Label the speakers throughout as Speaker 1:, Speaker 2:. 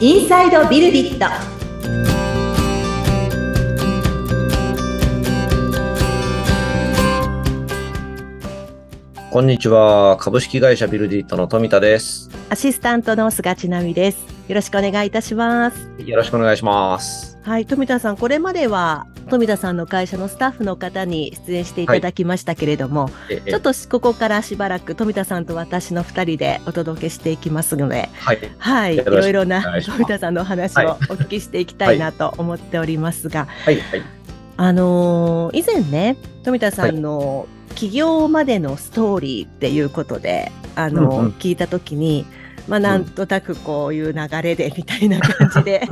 Speaker 1: インサイドビルディット
Speaker 2: こんにちは。株式会社ビルディットの富田です。
Speaker 1: アシスタントの菅千奈美ですよろしくお願いいたします
Speaker 2: よろしくお願いします。
Speaker 1: はい富田さんこれまでは富田さんの会社のスタッフの方に出演していただきましたけれども、
Speaker 2: ええ
Speaker 1: ちょっとここからしばらく富田さんと私の2人でお届けしていきますので
Speaker 2: はい。
Speaker 1: はいい
Speaker 2: よろしく
Speaker 1: ろいろ
Speaker 2: お願
Speaker 1: ない
Speaker 2: します
Speaker 1: 富田さんのお話をお聞きしていきたいなと思っておりますが、
Speaker 2: はい。はい。
Speaker 1: あのー以前ね富田さんの起業までのストーリーっていうことで、あのー
Speaker 2: うんうん
Speaker 1: 聞いた時に、まあ、なんとなくこういう流れでみたいな感じ で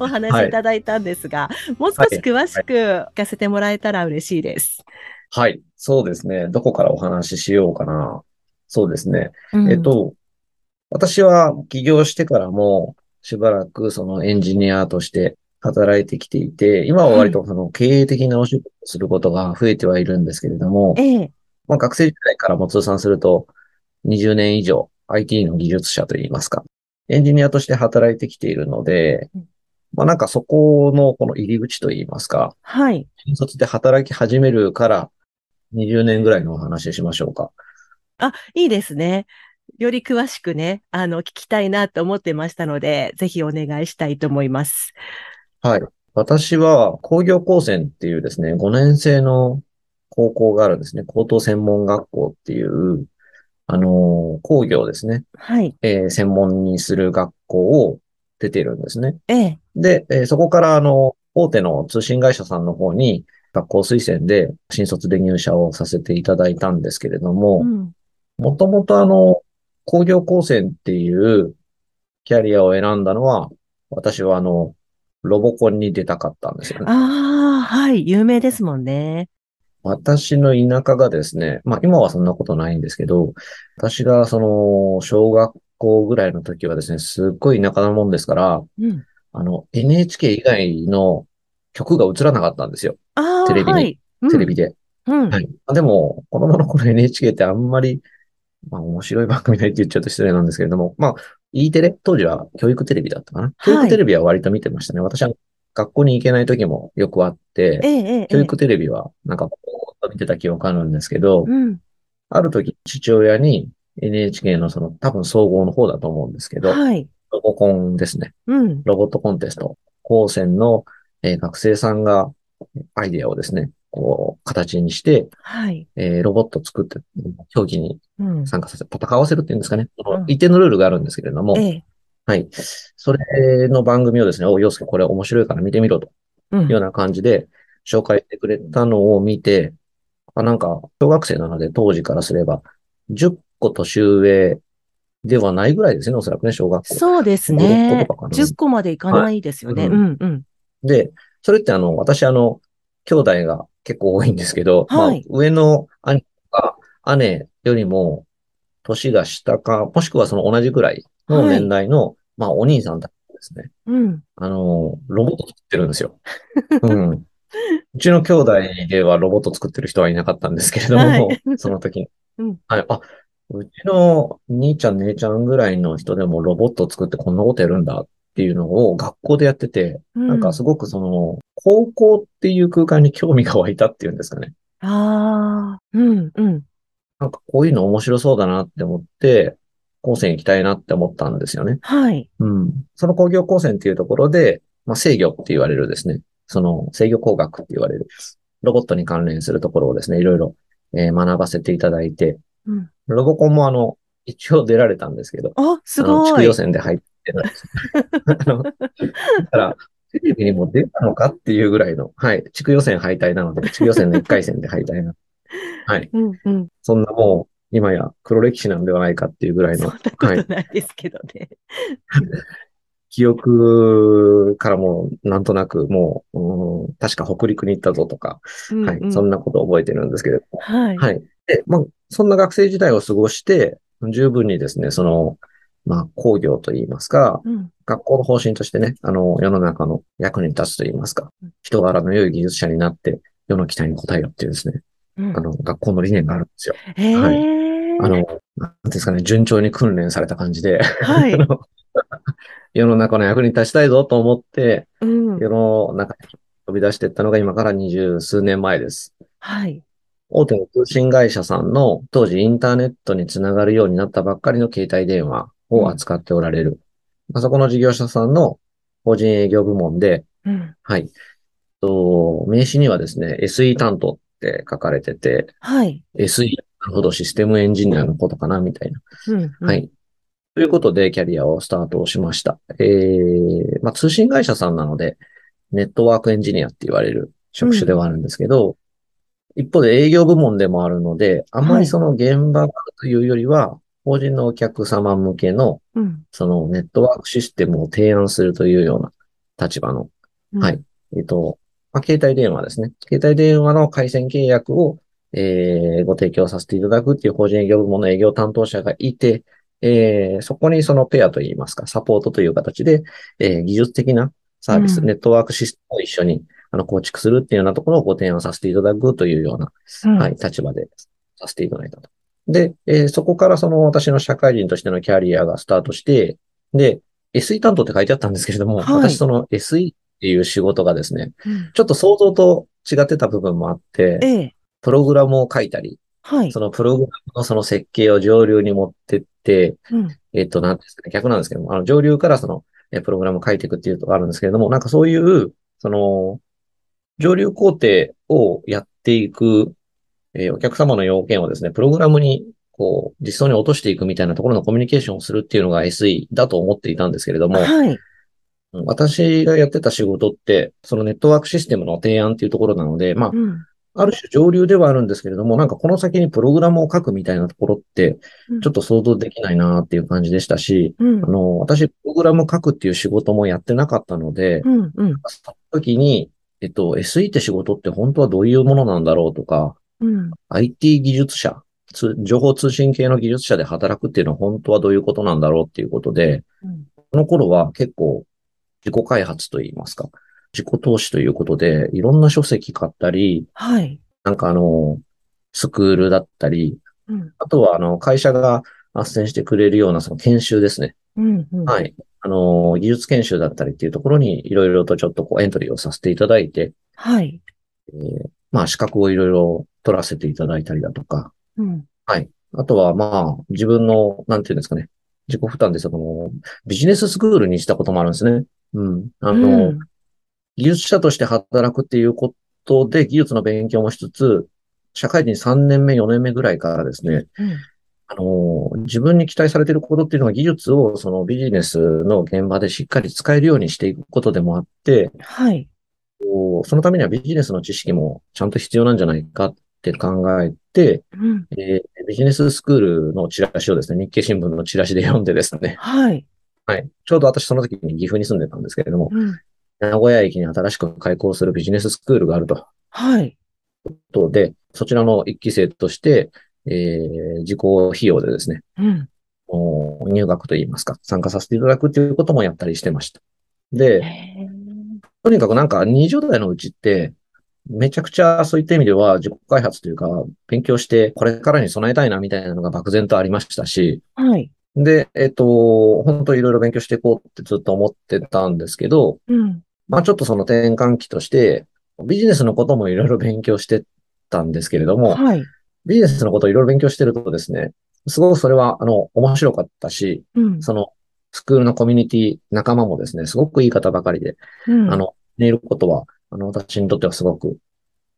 Speaker 1: お話いただいたんですが、もう少し詳しく聞かせてもらえたら嬉しいです。
Speaker 2: はい。そうですね。どこからお話ししようかな。そうですね。えっと、私は起業してからもしばらくそのエンジニアとして働いてきていて、今は割とその経営的なお仕事をすることが増えてはいるんですけれども、
Speaker 1: ええ
Speaker 2: まあ、学生時代からも通算すると20年以上 IT の技術者といいますか、エンジニアとして働いてきているので
Speaker 1: うん、
Speaker 2: まあなんかそこのこの入り口といいますか、
Speaker 1: はい。
Speaker 2: 新卒で働き始めるから20年ぐらいのお話ししましょうか。
Speaker 1: あ、いいですね。より詳しくね、あの、聞きたいなと思ってましたので、ぜひお願いしたいと思います。
Speaker 2: はい。私は工業高専っていうですね、5年生の高校があるんですね。高等専門学校っていう、あのー工業ですね、
Speaker 1: はい。
Speaker 2: えー専門にする学校を出ているんですね。
Speaker 1: ええ。
Speaker 2: で、えーそこからあの、大手の通信会社さんの方に学校推薦で新卒で入社をさせていただいたんですけれども、
Speaker 1: うん。
Speaker 2: もともとあの、工業高専っていうキャリアを選んだのは、私はあの、ロボコンに出たかったんですよね。
Speaker 1: ああ、はい。有名ですもんね。
Speaker 2: 私の田舎がですね、まあ今はそんなことないんですけど、私がその、小学校ぐらいの時はですね、すっごい田舎なもんですから、
Speaker 1: うん。
Speaker 2: あの、NHK 以外の曲が映らなかったんですよ。
Speaker 1: ああ、
Speaker 2: テレビに
Speaker 1: はい。うん
Speaker 2: テレ。ビで。
Speaker 1: うん。
Speaker 2: はい。でも、子供の頃 NHK ってあんまり、まあ面白い番組ないって言っちゃうと失礼なんですけれども、まあ、E テレ、当時は教育テレビだったかな。教育テレビは割と見てましたね。私は学校に行けない時もよくあって、
Speaker 1: ええ、ええ。
Speaker 2: 教育テレビはなんかぼーっと見てた記憶あるんですけど、
Speaker 1: うん。
Speaker 2: ある時父親に NHK のその多分総合の方だと思うんですけど、
Speaker 1: はい。
Speaker 2: ロボコンですね。
Speaker 1: うん。
Speaker 2: ロボットコンテスト、高専の、えー学生さんがアイデアをですね、こう、形にして、
Speaker 1: はい。
Speaker 2: えーロボット作って、競技に
Speaker 1: うん。
Speaker 2: 参加させ、戦わせるっていうんですかね。そ
Speaker 1: うん
Speaker 2: の一定のルールがあるんですけれども、
Speaker 1: ええ。
Speaker 2: はい。それの番組をですね、お、洋介これ面白いから見てみろと
Speaker 1: うん
Speaker 2: いうような感じで紹介してくれたのを見て、あ、なんか、小学生なので当時からすれば、10個年上ではないぐらいですね、おそらくね、小学校。
Speaker 1: そうですね
Speaker 2: 5。個とかかな
Speaker 1: 10個までいかないですよね。
Speaker 2: は
Speaker 1: う
Speaker 2: い
Speaker 1: ん、うん。
Speaker 2: で、それってあの、私あの、兄弟が結構多いんですけど、
Speaker 1: はい
Speaker 2: まあ、上の兄とか姉よりも、年が下か、もしくはその同じくらいの年代の、まあ、お兄さんたちがですね。
Speaker 1: うん。
Speaker 2: あの、ロボット作ってるんで すよ。うん。うちの兄弟ではロボット作ってる人はいなかったんですけれども、
Speaker 1: はい
Speaker 2: その時に。
Speaker 1: うん
Speaker 2: はい。あ、うちの兄ちゃん、姉ちゃんぐらいの人でもロボット作ってこんなことやるんだっていうのを学校でやってて、
Speaker 1: な
Speaker 2: なんかすごくその、高校っていう空間に興味が湧いたっていうんですかね。
Speaker 1: ああ、うん、うん。
Speaker 2: なんかこういうの面白そうだなって思って、高専行きたいなって思ったんですよね。
Speaker 1: はい。
Speaker 2: うん。その工業高専っていうところで、まあ、制御って言われるですね。その制御工学って言われる、ロボットに関連するところをですね、いろいろ、えー学ばせていただいて、
Speaker 1: うん
Speaker 2: ロボコンもあの、一応出られたんですけど、
Speaker 1: あ、す
Speaker 2: あの地
Speaker 1: ご
Speaker 2: 区
Speaker 1: い
Speaker 2: 予。選で入ってな いです。あのだから、テレビにも出たのかっていうぐらいの、はい、地区予選敗退なので、地区予選の1回戦で敗 退な。はい。
Speaker 1: うん、うん。
Speaker 2: そんなもう、今や黒歴史なんではないかっていうぐらい
Speaker 1: そん
Speaker 2: の
Speaker 1: なことないですけどね。
Speaker 2: 記憶からもうなんとなくもう、うん確か北陸に行ったぞとか、
Speaker 1: うん
Speaker 2: はい、
Speaker 1: うん
Speaker 2: そんなことを覚えてるんですけれども、
Speaker 1: はい。
Speaker 2: はい。で、まあ、そんな学生時代を過ごして、十分にですね、その、まあ、工業といいますか、
Speaker 1: うん。
Speaker 2: 学校の方針としてね、あの、世の中の役に立つといいますか、人柄の良い技術者になって、世の期待に応えようっていうですね、
Speaker 1: うん
Speaker 2: あの、学校の理念があるんですよ。
Speaker 1: へえ。
Speaker 2: あの、なんていうんですかね、順調に訓練された感じで、
Speaker 1: は
Speaker 2: あ
Speaker 1: い。
Speaker 2: の世の中の役に立ちたいぞと思って、
Speaker 1: うん。
Speaker 2: 世の中に飛び出していったのが今から二十数年前です。
Speaker 1: はい。
Speaker 2: 大手の通信会社さんの当時インターネットにつながるようになったばっかりの携帯電話を扱っておられる。まあそこの事業者さんの法人営業部門で、
Speaker 1: うん。
Speaker 2: はい。と名刺にはですね、SE 担当って書かれてて、
Speaker 1: はい。
Speaker 2: SE、なるほど、システムエンジニアのことかな、みたいな。
Speaker 1: うん。
Speaker 2: は。い。ということで、キャリアをスタートをしました。えー、まあ、通信会社さんなので、ネットワークエンジニアって言われる職種ではあるんですけど、一方で営業部門でもあるので、あまりその現場というよりは、法人のお客様向けの、
Speaker 1: うん。
Speaker 2: そのネットワークシステムを提案するというような立場の、
Speaker 1: うん
Speaker 2: はい。えっと、まあ、携帯電話ですね。携帯電話の回線契約を、えーご提供させていただくっていう法人営業部門の営業担当者がいて、えーそこにそのペアといいますか、サポートという形で、えー技術的なサービ
Speaker 1: う
Speaker 2: ス、
Speaker 1: ん
Speaker 2: ネットワークシステムを一緒にあの構築するっていうようなところをご提案させていただくというような
Speaker 1: うん
Speaker 2: はい、立場でさせていただいたと。で、えーそこからその私の社会人としてのキャリアがスタートして、で、SE 担当って書いてあったんですけれども、
Speaker 1: はい
Speaker 2: 私その SE っていう仕事がですね、
Speaker 1: うん
Speaker 2: ちょっと想像と違ってた部分もあって、
Speaker 1: ええ。
Speaker 2: プログラムを書いたり、
Speaker 1: はい
Speaker 2: そ。のプログラムのその設計を上流に持ってって、
Speaker 1: うん。
Speaker 2: えっ、と、なんていうんですかね、逆なんですけども、あの、上流からその、えープログラムを書いていくっていうのがあるんですけれども、なんかそういう、その、上流工程をやっていく、えーお客様の要件をですね、プログラムに、こう、実装に落としていくみたいなところのコミュニケーションをするっていうのが SE だと思っていたんですけれども、
Speaker 1: はい。
Speaker 2: うん私がやってた仕事って、そのネットワークシステムの提案っていうところなので、まあ、
Speaker 1: うん。
Speaker 2: ある種上流ではあるんですけれども、なんかこの先にプログラムを書くみたいなところって
Speaker 1: うん、
Speaker 2: ちょっと想像できないなっていう感じでしたし、
Speaker 1: うん
Speaker 2: あ。の、私、プログラム書くっていう仕事もやってなかったので、
Speaker 1: うん。うん。
Speaker 2: その時に、えっと、SE って仕事って本当はどういうものなんだろうとか、
Speaker 1: うん。
Speaker 2: IT 技術者、つ情報通信系の技術者で働くっていうのは本当はどういうことなんだろうっていうことで、
Speaker 1: うん
Speaker 2: その頃は結構自己開発といいますか、自己投資ということで、いろんな書籍買ったり、
Speaker 1: はい。
Speaker 2: なんかあの、スクールだったり、
Speaker 1: うん。
Speaker 2: あとはあの、会社が斡旋してくれるようなその研修ですね。
Speaker 1: うん。うん。。
Speaker 2: はいい。あの、技術研修だったりっていうところにいろいろとちょっとこうエントリーをさせていただいて、
Speaker 1: はい。
Speaker 2: えーまあ資格をいろいろ取らせていただいたりだとか、
Speaker 1: うん。
Speaker 2: あとはまあ自分の、なんていうんですかね、自己負担でそのビジネススクールにしたこともあるんですね。うん。あの、
Speaker 1: うん
Speaker 2: 技術者として働くっていうことで技術の勉強もしつつ、社会人3年目、4年目ぐらいからですね、
Speaker 1: うん。
Speaker 2: あの、自分に期待されていることっていうのは技術をそのビジネスの現場でしっかり使えるようにしていくことでもあって、
Speaker 1: はい。
Speaker 2: こうそのためにはビジネスの知識もちゃんと必要なんじゃないかって考えて、
Speaker 1: うん。
Speaker 2: えービジネススクールのチラシをですね、日経新聞のチラシで読んでですね、
Speaker 1: はい。
Speaker 2: はい。ちょうど私その時に岐阜に住んでたんですけれども、
Speaker 1: うん。
Speaker 2: 名古屋駅に新しく開校するビジネススクールがあるという
Speaker 1: はい。
Speaker 2: ことで、そちらの一期生として、えー、自己費用でですね、
Speaker 1: うん。
Speaker 2: お入学といいますか、参加させていただくということもやったりしてました。で、
Speaker 1: へ
Speaker 2: とにかくなんか20代のうちって、めちゃくちゃそういった意味では自己開発というか、勉強してこれからに備えたいなみたいなのが漠然とありましたし、
Speaker 1: ーはい。
Speaker 2: で、えっと、本当いろいろ勉強していこうってずっと思ってたんですけど、
Speaker 1: うん。
Speaker 2: まあちょっとその転換期として、ビジネスのこともいろいろ勉強してたんですけれども、
Speaker 1: はい。
Speaker 2: ビジネスのことをいろいろ勉強してるとですね、すごくそれはあの面白かったし、
Speaker 1: うん。
Speaker 2: その、スクールのコミュニティ、仲間もですね、すごくいい方ばかりで、
Speaker 1: うん
Speaker 2: あ、の、寝ることは、あの、私にとってはすごく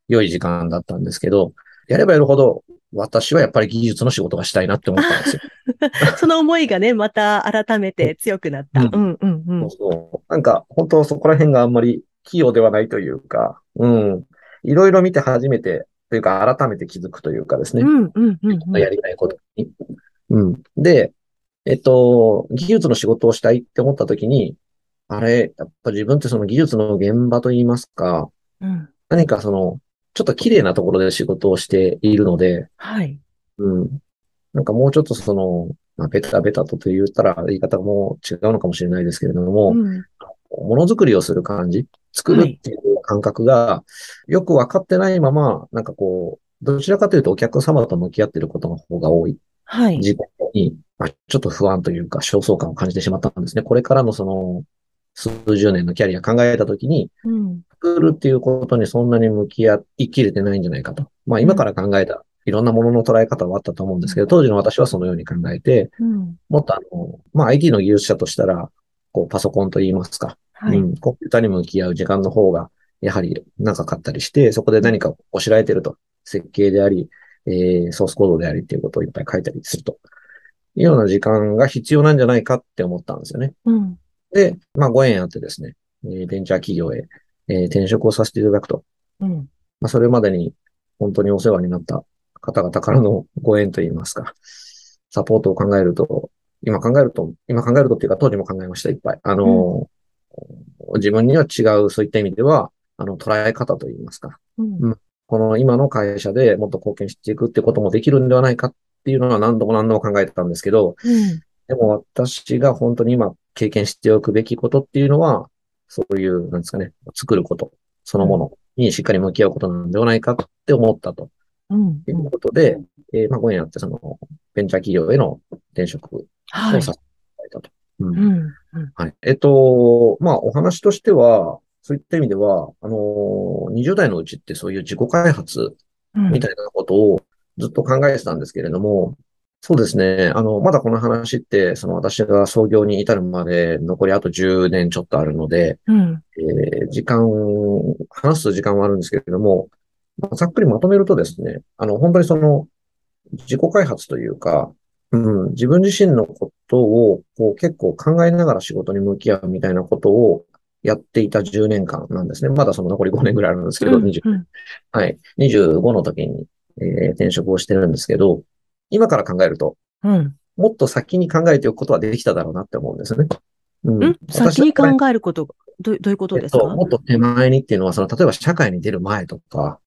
Speaker 2: 良い時間だったんですけど、やればやるほど、私はやっぱり技術の仕事がしたいなって思ったんですよ。
Speaker 1: その思いがね、また改めて強くなった。う
Speaker 2: うん
Speaker 1: んうんうん。
Speaker 2: そうそうなんか、本当そこら辺があんまり器用ではないというか、うん。いろいろ見て初めて、というか改めて気づくというかですね。
Speaker 1: うんうんうん。
Speaker 2: やりたいことに。うん。で、えっと、技術の仕事をしたいって思った時に、あれ、やっぱ自分ってその技術の現場といいますか、
Speaker 1: うん。
Speaker 2: 何かその、ちょっと綺麗なところで仕事をしているので、
Speaker 1: はい。
Speaker 2: うん。なんかもうちょっとその、まあ、ベタベタとと言ったら言い方も違うのかもしれないですけれども、
Speaker 1: うん
Speaker 2: ものづくりをする感じ、作るっていう感覚が、よくわかってないまま、なんかこう、どちらかというとお客様と向き合ってることの方が多い
Speaker 1: はい。
Speaker 2: 自己にまあ、ちょっと不安というか、焦燥感を感じてしまったんですね。これからのその、数十年のキャリア考えたときに、
Speaker 1: うん。
Speaker 2: 作るっていうことにそんなに向き合いきれてないんじゃないかと。まあ今から考えた、いろんなものの捉え方はあったと思うんですけど、当時の私はそのように考えて、
Speaker 1: うん。
Speaker 2: もっとあの、まあ IT の技術者としたら、こうパソコンと言いますか、
Speaker 1: はい。
Speaker 2: う
Speaker 1: うん
Speaker 2: ん、コンピューターに向き合う時間の方が、やはり長かったりして、そこで何かをこしらえてると。設計であり、えー、ソースコードでありっていうことをいっぱい書いたりすると。いうような時間が必要なんじゃないかって思ったんですよね。
Speaker 1: うん。
Speaker 2: で、まあご縁あってですね、えーベンチャー企業へ、えー転職をさせていただくと。
Speaker 1: うん。
Speaker 2: まあ、それまでに本当にお世話になった方々からのご縁といいますか、サポートを考えると、今考えると、今考えるとっていうか当時も考えました、いっぱい。あの、自分には違う、そういった意味では、あの、捉え方といいますか、
Speaker 1: うん。
Speaker 2: この今の会社でもっと貢献していくってこともできるんではないかっていうのは何度も何度も考えてたんですけど、でも私が本当に今経験しておくべきことっていうのは、そういう、なんですかね、作ることそのものにしっかり向き合うことなんではないかって思ったと。
Speaker 1: うん。
Speaker 2: ということで、えーまあ、ご縁あって、その、ベンチャー企業への転職を
Speaker 1: は
Speaker 2: さ
Speaker 1: い
Speaker 2: せ。ていただいたと。うん
Speaker 1: うん。うん。
Speaker 2: はい。えっと、まあ、お話としては、そういった意味では、あのー、20代のうちってそういう自己開発
Speaker 1: うん
Speaker 2: みたいなことをずっと考えてたんですけれども、そうですね。あの、まだこの話って、その私が創業に至るまで残りあと10年ちょっとあるので、
Speaker 1: うん。
Speaker 2: えー時間、話す時間はあるんですけれども、まあざっくりまとめるとですね、あの、本当にその、自己開発というか、うん、自分自身のことを、こう結構考えながら仕事に向き合うみたいなことをやっていた10年間なんですね。まだその残り5年ぐらいあるんですけど、20
Speaker 1: うん。
Speaker 2: はい。25の時に、えー転職をしてるんですけど、今から考えると、
Speaker 1: うん。
Speaker 2: もっと先に考えておくことはできただろうなって思うんですね。うん
Speaker 1: うん
Speaker 2: 私
Speaker 1: 先
Speaker 2: は
Speaker 1: に考えることが、どうどういうこと
Speaker 2: え
Speaker 1: で
Speaker 2: っ
Speaker 1: すか
Speaker 2: と、もっと手前にっていうのは、その、例えば社会に出る前とか、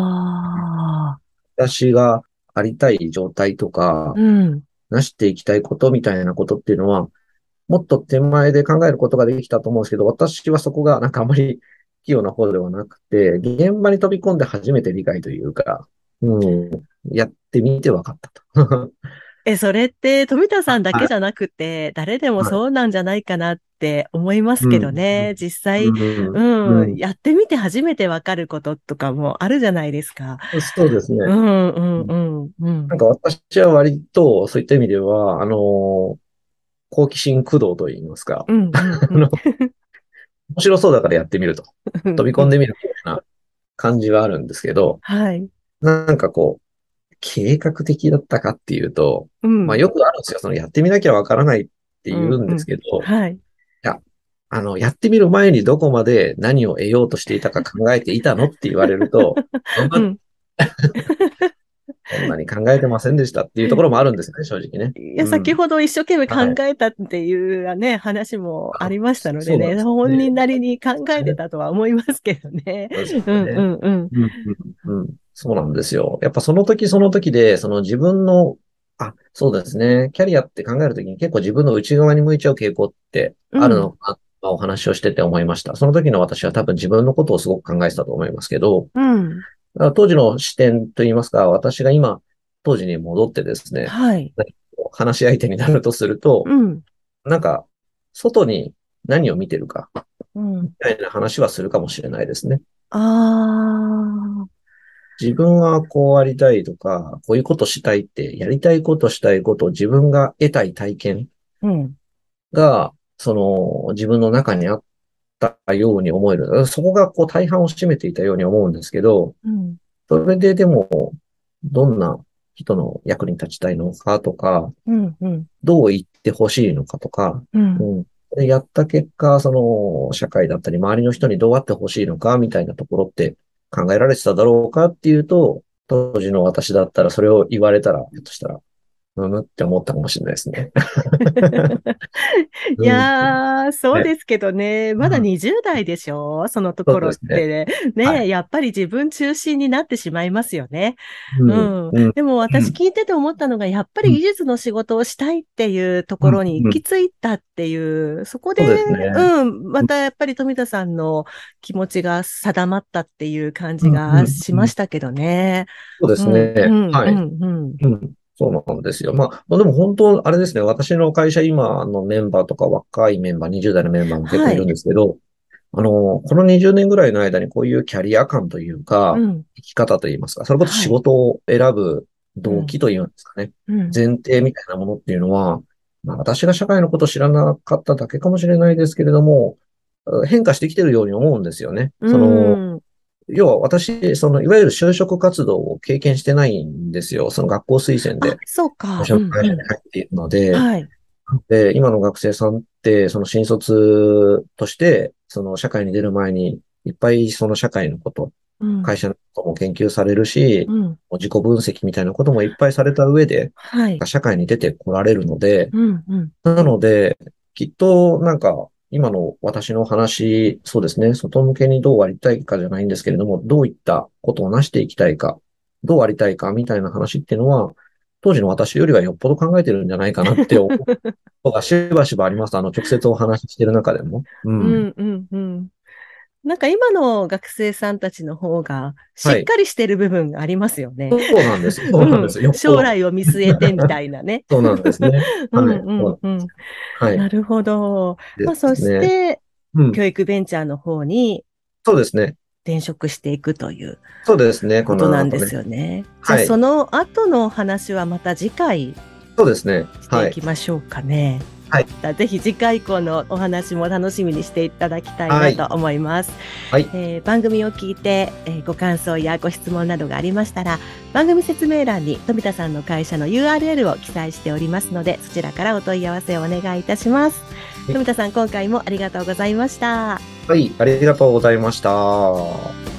Speaker 1: ああ。
Speaker 2: 私がありたい状態とか、
Speaker 1: うん。
Speaker 2: なしていきたいことみたいなことっていうのは、もっと手前で考えることができたと思うんですけど、私はそこがなんかあまり器用な方ではなくて、現場に飛び込んで初めて理解というか、うん、やってみて分かったと。
Speaker 1: え、それって富田さんだけじゃなくて、誰でもそうなんじゃないかなって思いますけどね。実際、
Speaker 2: うん
Speaker 1: う、
Speaker 2: うんん
Speaker 1: やってみて初めてわかることとかもあるじゃないですか。
Speaker 2: そうですね
Speaker 1: う。ん、うん、うん、うん
Speaker 2: なん。か私は割とそういった意味では、あのー好奇心駆動といいますか、
Speaker 1: うんうん
Speaker 2: あの、面白そうだからやってみると。
Speaker 1: うん、
Speaker 2: 飛び込んでみるみたいな感じはあるんですけど、
Speaker 1: はい。
Speaker 2: なんかこう、計画的だったかっていうと、
Speaker 1: うん。
Speaker 2: まあ
Speaker 1: よ
Speaker 2: よくあるんですよ。そのやってみなきゃわからないって言うんですけど、
Speaker 1: はい。
Speaker 2: あの、やってみる前にどこまで何を得ようとしていたか考えていたのって言われる と、そん
Speaker 1: う。
Speaker 2: なんそんなに考えてませんでしたっていうところもあるんですね、正直ね。
Speaker 1: いや、
Speaker 2: うん
Speaker 1: 先ほど一生懸命考えたっていうね、話もありましたので
Speaker 2: そうなん
Speaker 1: ね、
Speaker 2: ですね
Speaker 1: 本人なりに考えてたとは思いますけどね。
Speaker 2: そうですよ
Speaker 1: う
Speaker 2: ね
Speaker 1: んうんうん。
Speaker 2: うんうんうんそうなんですよ。やっぱその時その時で、その自分の、あ、そうですね。キャリアって考えるときに結構自分の内側に向いちゃう傾向ってあるのかな、お話をしてて思いました。その時の私は多分自分のことをすごく考えてたと思いますけど、
Speaker 1: うん。
Speaker 2: だから当時の視点といいますか、私が今、当時に戻ってですね、
Speaker 1: はい。
Speaker 2: 話し相手になるとすると、
Speaker 1: うん。
Speaker 2: なんか、外に何を見てるか、み
Speaker 1: うん。
Speaker 2: たいな話はするかもしれないですね。
Speaker 1: あ
Speaker 2: 自分はこうありたいとか、こういうことしたいって、やりたいことしたいこと、自分が得たい体験
Speaker 1: あ。うん。
Speaker 2: が、その自分の中にあったように思える。そこがこう大半を占めていたように思うんですけど、
Speaker 1: うん。
Speaker 2: それででも、どんな人の役に立ちたいのかとか、
Speaker 1: うん。うん。
Speaker 2: どう言ってほしいのかとか、
Speaker 1: うん。
Speaker 2: うんでやった結果、その、社会だったり、周りの人にどうあってほしいのか、みたいなところって考えられてただろうかっていうと、当時の私だったら、それを言われたら、ひょっとしたら、うむって思ったかもしれないですね。
Speaker 1: いやー、そうですけどね、まだ20代でしょそのところっ
Speaker 2: そうで
Speaker 1: てね。ね
Speaker 2: は
Speaker 1: やっぱり自分中心になってしまいますよね。
Speaker 2: うん
Speaker 1: うん。
Speaker 2: うん
Speaker 1: でも私聞いてて思ったのが、やっぱり技術の仕事をしたいっていうところに行き着いたっていう、そこで、
Speaker 2: そうですね
Speaker 1: うん、またやっぱり富田さんの気持ちが定まったっていう感じがしましたけどね。
Speaker 2: そうですね。
Speaker 1: うんうん
Speaker 2: は
Speaker 1: う
Speaker 2: い。
Speaker 1: んうん
Speaker 2: うんそうなんですよ。まあ、まあ、でも本当、あれですね、私の会社今のメンバーとか若いメンバー、20代のメンバーも結構いるんですけど、あの、この20年ぐらいの間にこういうキャリア感というか、
Speaker 1: うん
Speaker 2: 生き方といいますか、それこそ仕事を選ぶ動機というんですかね、
Speaker 1: うん
Speaker 2: 前提みたいなものっていうのは、まあ、私が社会のことを知らなかっただけかもしれないですけれども、変化してきてるように思うんですよね。その、
Speaker 1: うん
Speaker 2: 要は私、その、いわゆる就職活動を経験してないんですよ。その学校推薦
Speaker 1: あ
Speaker 2: で、
Speaker 1: そうか。
Speaker 2: 私の会社に入っているので、
Speaker 1: うんうんはい。
Speaker 2: で、今の学生さんって、その新卒として、その社会に出る前に、いっぱいその社会のこと、
Speaker 1: うん
Speaker 2: 会社のことも研究されるし、
Speaker 1: うん
Speaker 2: 自己分析みたいなこともいっぱいされた上で、
Speaker 1: はい。
Speaker 2: 社会に出てこられるので、
Speaker 1: うんうん
Speaker 2: なので、きっとなんか、今の私の話、そうですね、外向けにどうありたいかじゃないんですけれども、どういったことを成していきたいか、どうありたいかみたいな話っていうのは、当時の私よりはよっぽど考えてるんじゃないかなって思うことがしばしばあります。あの、直接お話ししてる中でも。う。
Speaker 1: うんんうんうん。なんか今の学生さんたちの方が、しっかりしてる部分がありますよね
Speaker 2: そ。うなんです。そうなんです。よ
Speaker 1: う
Speaker 2: っ
Speaker 1: ん
Speaker 2: ぽど。
Speaker 1: 将。来を見据えてみたいなね
Speaker 2: そうなんですね。
Speaker 1: う
Speaker 2: は
Speaker 1: ん
Speaker 2: い。
Speaker 1: うんうん。
Speaker 2: はい。
Speaker 1: なるほど。まあ、
Speaker 2: です
Speaker 1: そ
Speaker 2: ね
Speaker 1: して、
Speaker 2: うん、
Speaker 1: 教育ベンチャーの方に
Speaker 2: そうですね。
Speaker 1: 転職していくという
Speaker 2: そうですね。
Speaker 1: こ
Speaker 2: ことの
Speaker 1: なん
Speaker 2: 後
Speaker 1: で
Speaker 2: ね
Speaker 1: すよね。じゃ
Speaker 2: はい
Speaker 1: あ、その後のお話はまた次回
Speaker 2: そうですね。
Speaker 1: して
Speaker 2: はいい。
Speaker 1: きましょうかね。
Speaker 2: はい
Speaker 1: ぜひ次回以降のお話も楽しみにしていただきたいなと思います。
Speaker 2: はい
Speaker 1: えー番組を聞いて、えーご感想やご質問などがありましたら、番組説明欄に富田さんの会社の URL を記載しておりますので、そちらからお問い合わせをお願いいたします。
Speaker 2: い
Speaker 1: 富田さん、今回もありがとうございました。
Speaker 2: はい。ありがとうございました。